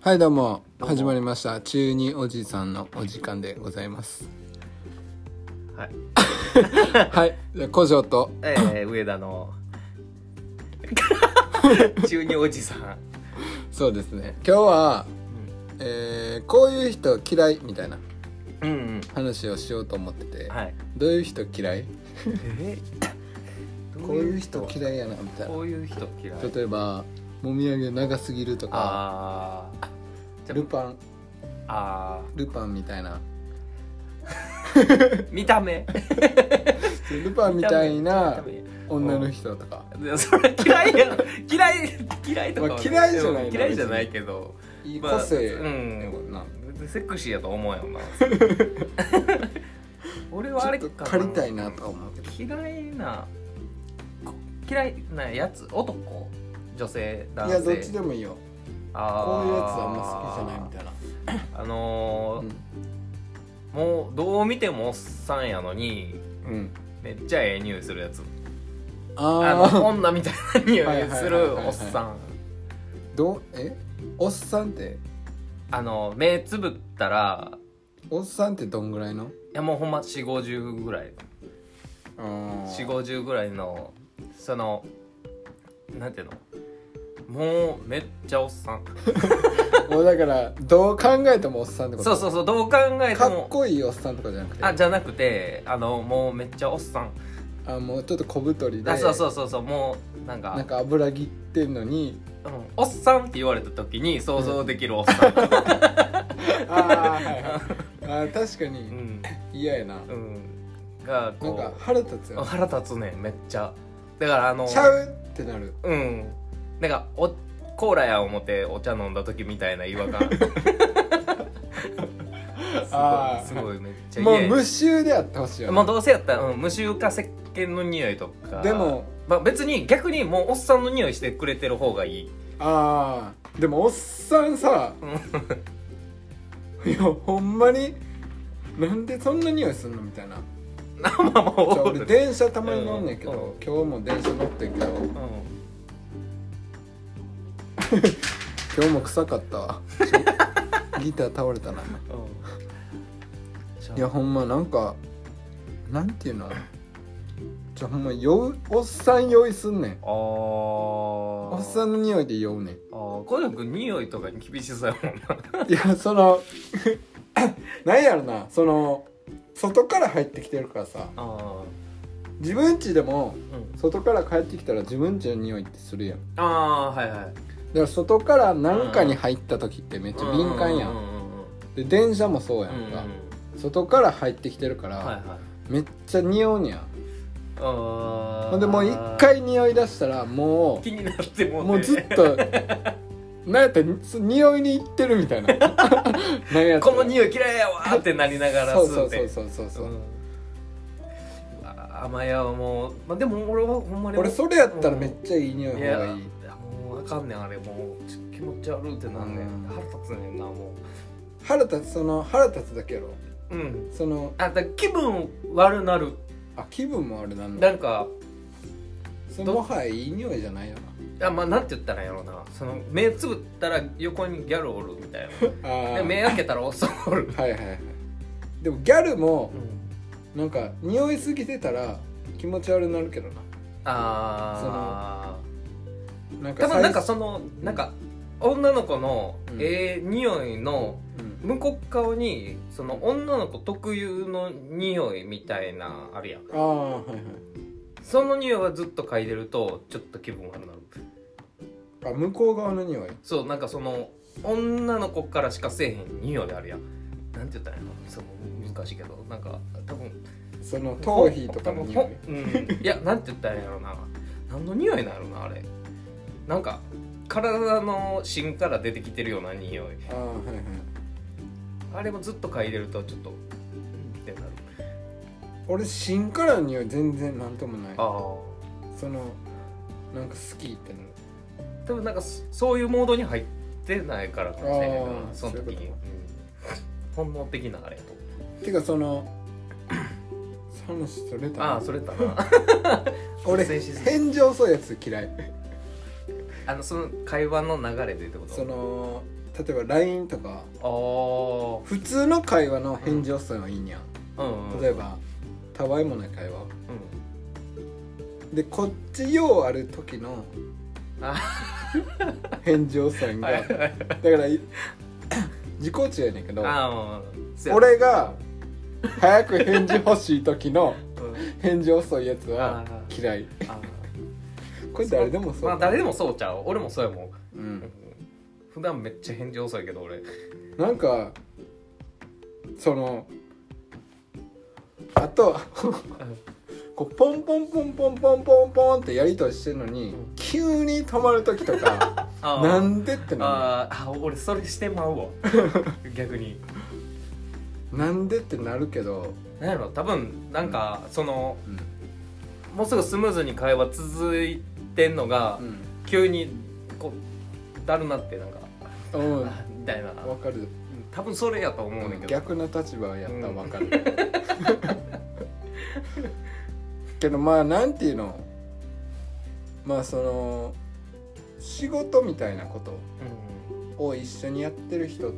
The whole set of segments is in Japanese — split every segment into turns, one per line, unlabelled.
はいどうも
どうも
始まりました中二おじさんのお時間でございます
はい、
はいじゃあ古城と
えー、上 田の中二おじさん
そうですね今日は、えーこういう人嫌いみたいな
うん
話をしようと思ってて、
うんはい
どういう人嫌い
え
こういう人嫌いやなみたい
こういう人嫌い
な例えばもみあげ長すぎるとか
ああじゃ
ルパン
あ
ルパンみたいな
ー見た目
ルパンみたいな
見
女の人とか
た目それ嫌いやろ嫌い嫌いとかは、
まあ嫌いじゃないな
嫌いじゃないけど
いい
まあ
個性や
う
もん
ん
な、
セクシーやと思 うよな俺はあれ
ちょ
か
っと借りたいなとは思うけど
嫌いなこ嫌いなやつ男女性男
い
性
やどっちでもいいよ
あ
こ
ー
ういうやつあんま好きじゃないみたいな
あのーもうどう見てもおっさんやのに
うん、うん、
めっちゃええ匂いするやつあ
あ
の
あ
女みたいな匂
はいはい
い
はい
す
はい
るおっさん
どうえおっさんって
あの目つぶったら
おっさんってどんぐらいの
いやもうほんま4 5 0ぐらい4
45
5 0ぐらいのそのなんていうのもうめっちゃおっさん
もうだからどう考えてもおっさんってこと
そうそうそうどう考えて
かっ
も
こいいおっさんとかじゃなくて
あじゃなくてあのもうめっちゃおっさん
あもうちょっと小太りで
あそうそうそうそうもうなんか
なんか油切ってんのに
うん、おっさんって言われた時に想像できるおっさん
あー、はいはい、あー確か
う
に
ん、
嫌やな
うん、が
なん
こ
か腹立つ
う
よ
腹立つねめっちゃだからあの
ちゃうってなる
うんなんかおコーラや思ってお茶飲んだ時みたいな違和感
あー
すごいすごいめっちゃ
も
嫌
う
や
無臭であってほしいよ
も
ね
うどうせやったら、うん、無臭化石鹸の匂いとか
でも
まあ、別に逆にもうおっさんの匂いしてくれてる方 がいい
ああでもおっさんさ いやほんまになんでそんな匂いすんのみたいな
まあまあ
じゃあ
お
俺
る
電車たまに乗んねんけど、
うん
今日も電車乗ってんけど
うん
今日も臭かった わギター倒れたな
じゃあ
いやほんまなんかなんていうのじゃほんま酔うおっさん酔いすんねん
あーお
おっさんの匂いで酔うねん
あーコナン君匂いとかに厳しそうやもんない
やその なんやろなその外から入ってきてるからさ
あ
自分家でも
ー、うん、
外から帰ってきたら自分家の匂いってするやんだ
あーはいはい
から外から何かに入った時ってめっちゃ敏感や
うんうんん
で電車もそうや
うんうん
んか
うん
外から入ってきてるか
はいはい
らめっちゃ匂うにゃん
あ
ほ
ー
んでもう一回匂い出したらも
気になっても
う
うて
もうずっ となんやったらそ匂いに行ってるみた いななんやったら
この匂い嫌いやわーってなりながら
そう
吸
そううそ
て
うそうそうそう
うんうわー甘やはもう、まあ、でも俺はほんまに
俺それやったらめっちゃいい匂いの
い
方
や
がいい
もうあかんねんあれもうちょ気持ち悪いってなんねん
うん
腹立つねんなも
腹立つその腹立つだけやろ
ううん
その
あだから気分悪なる
あ気分もあれなんだ
なんか
そのもはやいい匂いじゃないよ
あまあなんて言ったらいいんやろうなその目つぶったら横にギャルおるみたい
な
な
あ
で
ー
目開けたらおっさん おる、
はいはいはいでもギャルも
うん、
なんか匂いすぎてたら気持ち悪くなるけどな
あ
なん
あ多分なんか
最
そのなんか女の子の
うん
ええ匂いの
うん
向こう側にその女の子特有の匂いみたいなあるやん
ああはいはい
その匂いはずっと嗅いでるとちょっと気分悪くなる
あ向こう側の匂い
そうなんかその女の子からしかせえへん匂いあるやんなんて言ったらいいのその難しいけどなんか多分
その頭皮とかの匂い
うん、いやなんて言ったらいいんやろな何の匂いなんやろなあれなんか体の芯から出てきてるような匂い
ああはいはい
あれもずっと嗅いでるとちょっとうんってなる
俺芯からの匂い全然なんともない
ああ
そのなんか好きってなる
多分なんかそそういうモードに入ってないからかもしれない
あー
なその時
そう
に
いうこ
うん本能的なあれやと
てかその 話それたな
ああそれだな
俺
先進
返事遅いやつ嫌い
あのその会話の流れでってこと
その例えば LINE とか
あー
普通の会話の返事をするのがいいんや、
うんうん
例えばたわいもない会話
う
でこっち用ある時の
あ
返事をするん
ん
が
はい
だ
はい
か
はい
ら い自己中やねんけど
あーうんそうや
俺が早く返事欲しい時の
うん
返事遅いやつは
あー
嫌い
あ
これ誰でもそう
ーまあ誰でもそうちゃう俺もそうやもん
うん、
普段めっちゃ返事遅いけど俺
なんかそのあとこうポンポンポンポンポンポンポンってやりとりしてるのに
うん
急に止まる時とか
あー
なんでってな
あーあ俺それしてまう わ逆に
るなんでってなるけど、
なんやろ多分なんかその
うん
もうすぐスムーズに会話続いてんのが、急にこうだるなってなんか、
うん、
あみたいな
わかる
多分それやと思うねんだけど
逆の立場やったら
うん
わかる、 けどまあなんていうのまあその仕事みたいなこと
うん
を一緒にやってる人とか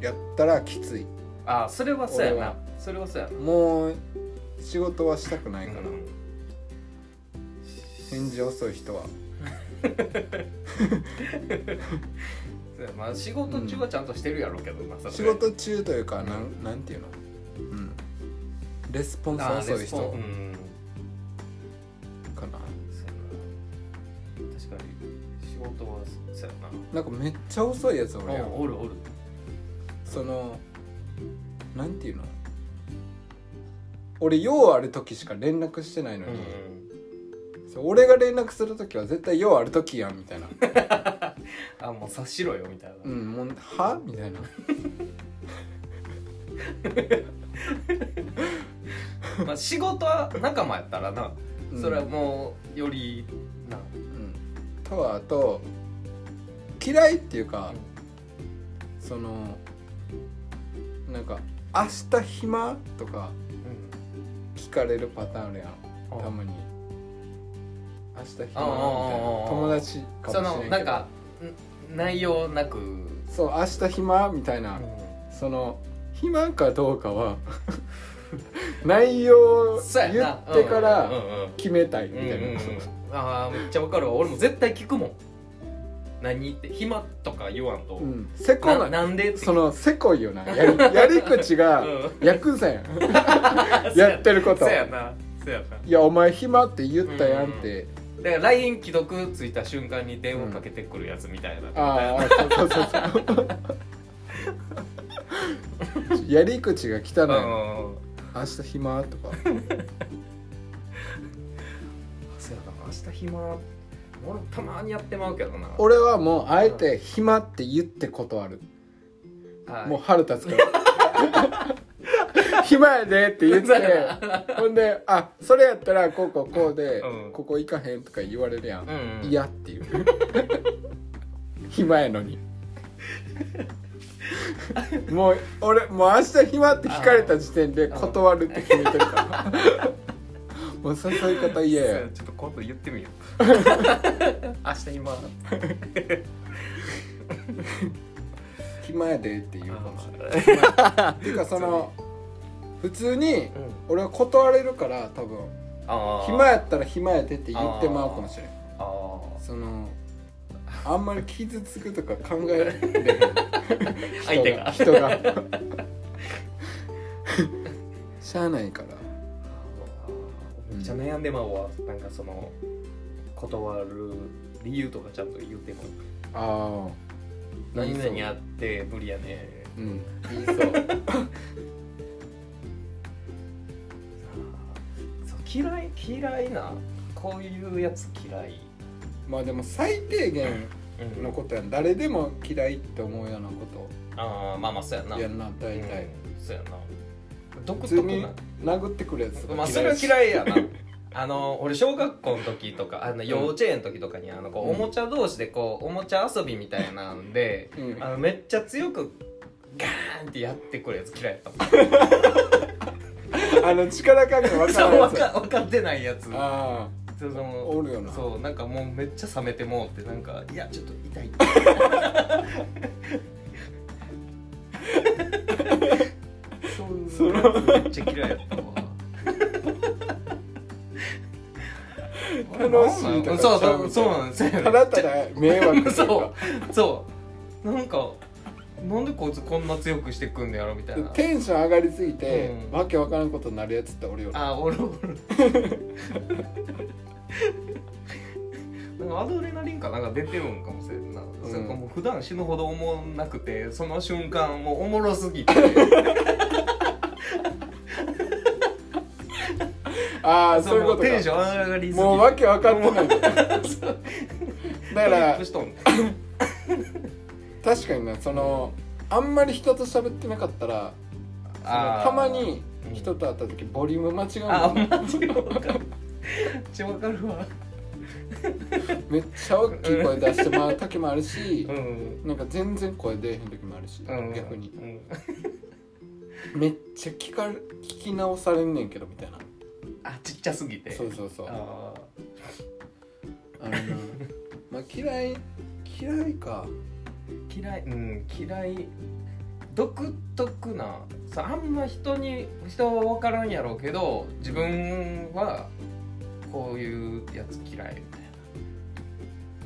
うん
やったらきつい、
あそれはそうや
俺
な
は
それはそうやな
もう仕事はしたくないから、
うん
返事遅い人は
そうやまあ仕事中はちゃんとしてるやろうけどな、さす
仕
がに
事中というかなんなんていうの、うん、レスポン
あ
ス遅い
レスポン
人
うん
かな
そうやな確かに仕事はそうや
な
な
んかめっちゃ遅いやつ俺やん
おおるおる
そのなんていうの俺用ある時しか連絡してないのに、そう俺が連絡する時は絶対用ある時やんみたいな
あもう察しろよみたいな、
うんもうはみたいな
まあ仕事は仲間やったらな、
うん
それはもうよりな
うんとはあと嫌いっていうか、そのなんか「明日暇?」とか
うん
聞かれるパターンあるやん
あ
たまに「明日暇?」みたいな
ああああ
友達かもしれ
そ
ん
の
けど
なんかん内容なく、
そう「明日暇?」みたいな、その暇かどうかは 内容を
そう
言
やな
ってか
うんう
ら
んうん
決めたいみた
う
いな、
んうんうんああめっちゃわかるわ俺も絶対聞くもん何って暇とか言わんと、
うんせこ
な
な
なんでって
そのせこいよなやり やり口
う
が
ん
ヤクザやんやってること
そうやなそうやない
やお前暇って言ったやんって、
だから LINE 既読ついた瞬間に電話かけてくるやつみたいな、
ああそうそうそうそう やり口が汚い、
うん
明日暇とか
そうやな明日暇俺もたまにやってまうけどな
俺はもうあえて暇って言って断る
はい
もう腹立つから暇やでって言っ
そうや
てほんで「あそれやったらこうこうこうで、
うん
ここ行かへん」とか言われるやん
うんうん
嫌、っていう暇やのにもう俺もう明日暇って聞かれた時点で
あー
断るって決めてるからもう誘い方嫌や
そうちょっと今度言ってみよ う明日暇
暇やでって言うかもしれ
あ
ないっていうかその普通に俺は断れるから多分
あー
暇やったら暇やでって言ってまうかもしれん
あー
そのあんまり傷つくとか考えられへん
相手が
人が人がしゃあないから
めっちゃ悩んでまうわなんかその断る理由とかちゃんと言っても
ああ
何々あって無理やね
うん言いそう
そう嫌い嫌いなこういうやつ嫌い、
まあでも最低限のことやん誰でも嫌いって思うようなこ
ああまあまあそうやな
とやんな大体、
うんそうやな独
普
特
通に
な
殴ってくるやつとか
まあそれ
嫌
はい
し
嫌いやな あの俺小学校の時とかあの幼稚園の時とかにあのこうおもちゃ同士でこうおもちゃ遊びみたいなんで
うん
あのめっちゃ強くガーンってやってくるやつ嫌いやったもん
あの力加減分か
そ
らん
う
や
分
つ
か分かってないやつ
ああ
そその
おるよな
そうなんかもうめっちゃ冷めてもうってなんかいやちょっと痛いそんなやつめっちゃ嫌いやったわ
楽しいとかちゃうみたいな
そうそうそうなんですよね
ただただ迷惑というか
そうそうなんかなんでこいつこんな強くしてくんのやろみたいな
テンション上がりすぎて、
うん
わけわからんことになるやつっておるよな
あおるおるなんかアドレナリンかなんか出てるんかもしれんな、
うん
それかもう普段死ぬほど思わなくてその瞬間もうおもろすぎて
ああそういうこと
も
か
テンション上がりすぎて
もうわけわかん
もう
ないだか
そう
ら
フリップしとんね
確かにねそのあんまり人と喋ってなかったらその
あー
たまに人と会った時ボリューム間違うんだ
あ
よね
マジで分かるめっちゃ分かるわ
めっちゃ大きい声出してまう時もあるし
う、ん
なんか全然声出えへん時もあるし、
うん
逆に
うん
めっちゃ聞かれ聞き直されんねんけどみたいな
あちっちゃすぎて
そうそうそうあ
あー
のなまあ嫌い嫌いか
嫌いうん嫌い独特なさあんま人に人は分からんやろうけど自分はこういうやつ嫌いみたい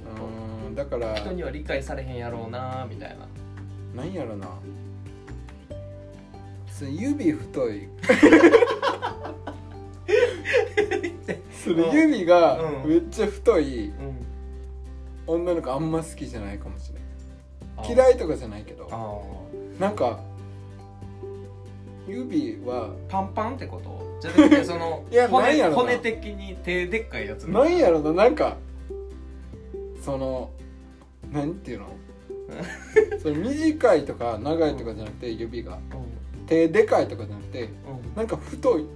う
ーんだから
な人には理解されへんやろうなみたいな
なんやろなその指太 いその指が
うん
めっちゃ太い
うん
女の子あんま好きじゃないかもしれ
あ
ない嫌いとかじゃないけど
あ
なんか指は
ーパンパンってことじゃなくてその
いやなん
骨
やろな
骨的に手でっかいやつみた
ないんやろななんかそのなんて いうのその短いとか長いとかじゃなくて指が
な
手でかいとかじゃなくて
うんうん
なんか太い
太い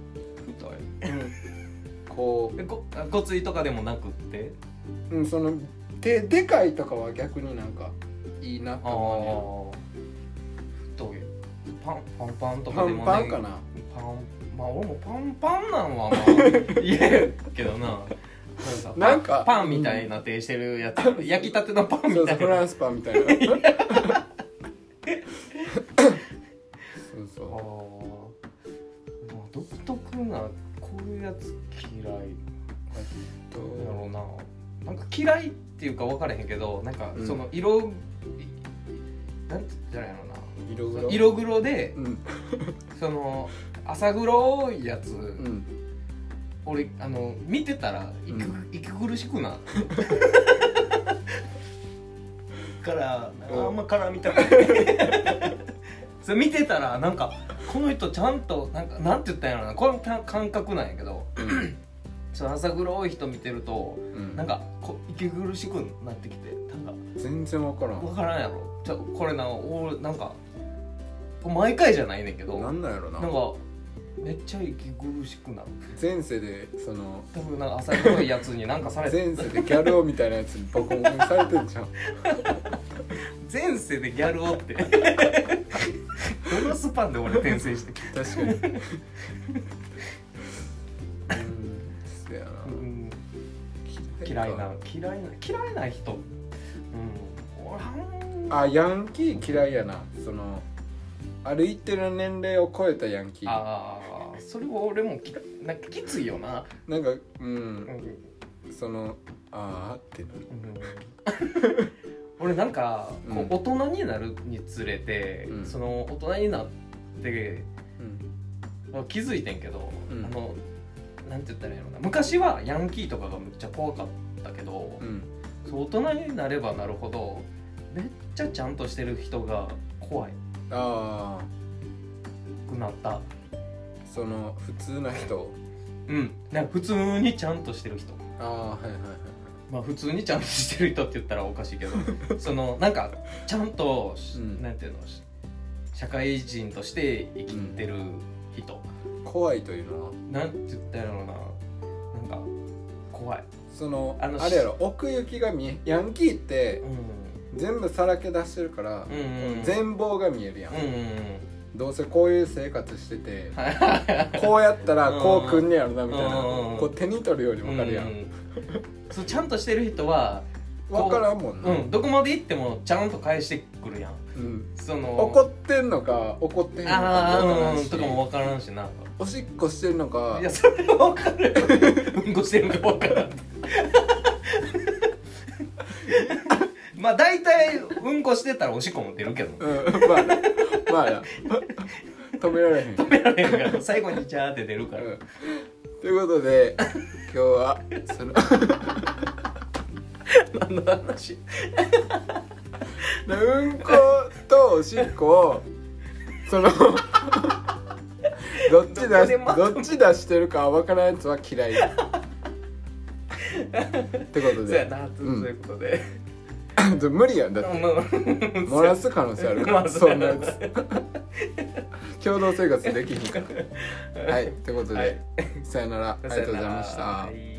こ
えごあごついとかでもなくって
う、うん、その手でかいとかは逆になんかいいなと
あ
思
太いパンパンパンと
うね
か
パ
で
ン
も
パ
ね
ンかな
パンまあ俺もパンパンなんはまあ言えるけどななんか
なんか
パンみたいな手してるやつ焼きたてのパンみ
そう
た
そう
い
フ
な
ランスパンみたいな そう
あー
そ
まあ独特なこういうやつ嫌いなんだろうななんか嫌いっていうか分からへんけどなんか
うん
その色、なんて言ったらいいのか
う色
な
黒
色黒で
うん
その朝黒いやつ、
うん
俺あの見てたら息,、
うん
息苦しくなって から
うん
あんま絡みたくない それ見てたらなんかこの人ちゃんとなんかなんて言ったんやろなこのた感覚なんやけどその朝黒い人見てると
うん
なんかこう息苦しくなってきてなんか
全然わからん
分からんやろちょこれな俺なんかこれ毎回じゃないねんけど
な
なんか
んなんやろな
めっちゃ息苦しくなる
前世でその
多分なんか朝黒いやつになんかされて
前世でギャル男みたいなやつにボコボコにされてんじゃん
前世でギャルをってどのスパンで俺転生して
確か にうんそやな
うん
か
嫌いな嫌いな嫌いな人うん俺はん
あヤンキー嫌いやなその歩いてる年齢を超えたヤンキー
あーそれは俺もきなんかきついよな
なんかう
うんん
そのああってなる
うん俺なんかこう
うん
大人になるにつれて、
うん
その大人になって
うん
気づいてんけど、
うん
あのなんて言ったらいいのかな昔はヤンキーとかがむっちゃ怖かったけど、
うん
そう大人になればなるほどめっちゃちゃんとしてる人が怖
ああ
くなった
その普通な人
うんなんか普通にちゃんとしてる人
ああはいはいはい
まあ普通にちゃんとしてる人って言ったらおかしいけ どそのなんかちゃんと、し
うん
なんていうのし社会人として生きてる人、
怖いというのは
なんて言ったらいいのかななんか怖い
その
あ
あ
の
れやろ奥行きが見えヤンキーって
う
全部さらけ出してるから、
んうんうん
全貌が見えるやん、
うんうん
どうせこういう生活してて
うんはいはいはい
こうやったら
うん
こうくんねやろなみたいな
うん
こう手に取るより
う
分かるやん
んそうちゃんとしてる人は
分からんもんな、
う、ん、どこまで行ってもちゃんと返してくるやん
うん
その
怒ってんのか怒ってんのか
あ
も分から
あ
ん
うん
し
とかも分からんしな
おしっこしてんのか
いやそれは分かるようんこしてるのか分からんまあ大体うんこしてたらおしっこも出るけど
うんまあなまあな止められへん
食べられへんから最後にジャーって出るから、
うんということで今日はその
何の話
うんことおしっこをそのどっちだ
どこでまと
どっち出してるか分からんやつは嫌いってこと
そうや
で
な、そう
うん
いうことで
無理やんだって漏らす可能性あるか
ま
ら
あ
そんなやつ共同生活できひんからはいということで、
はい
さよならありがとうございました、
はい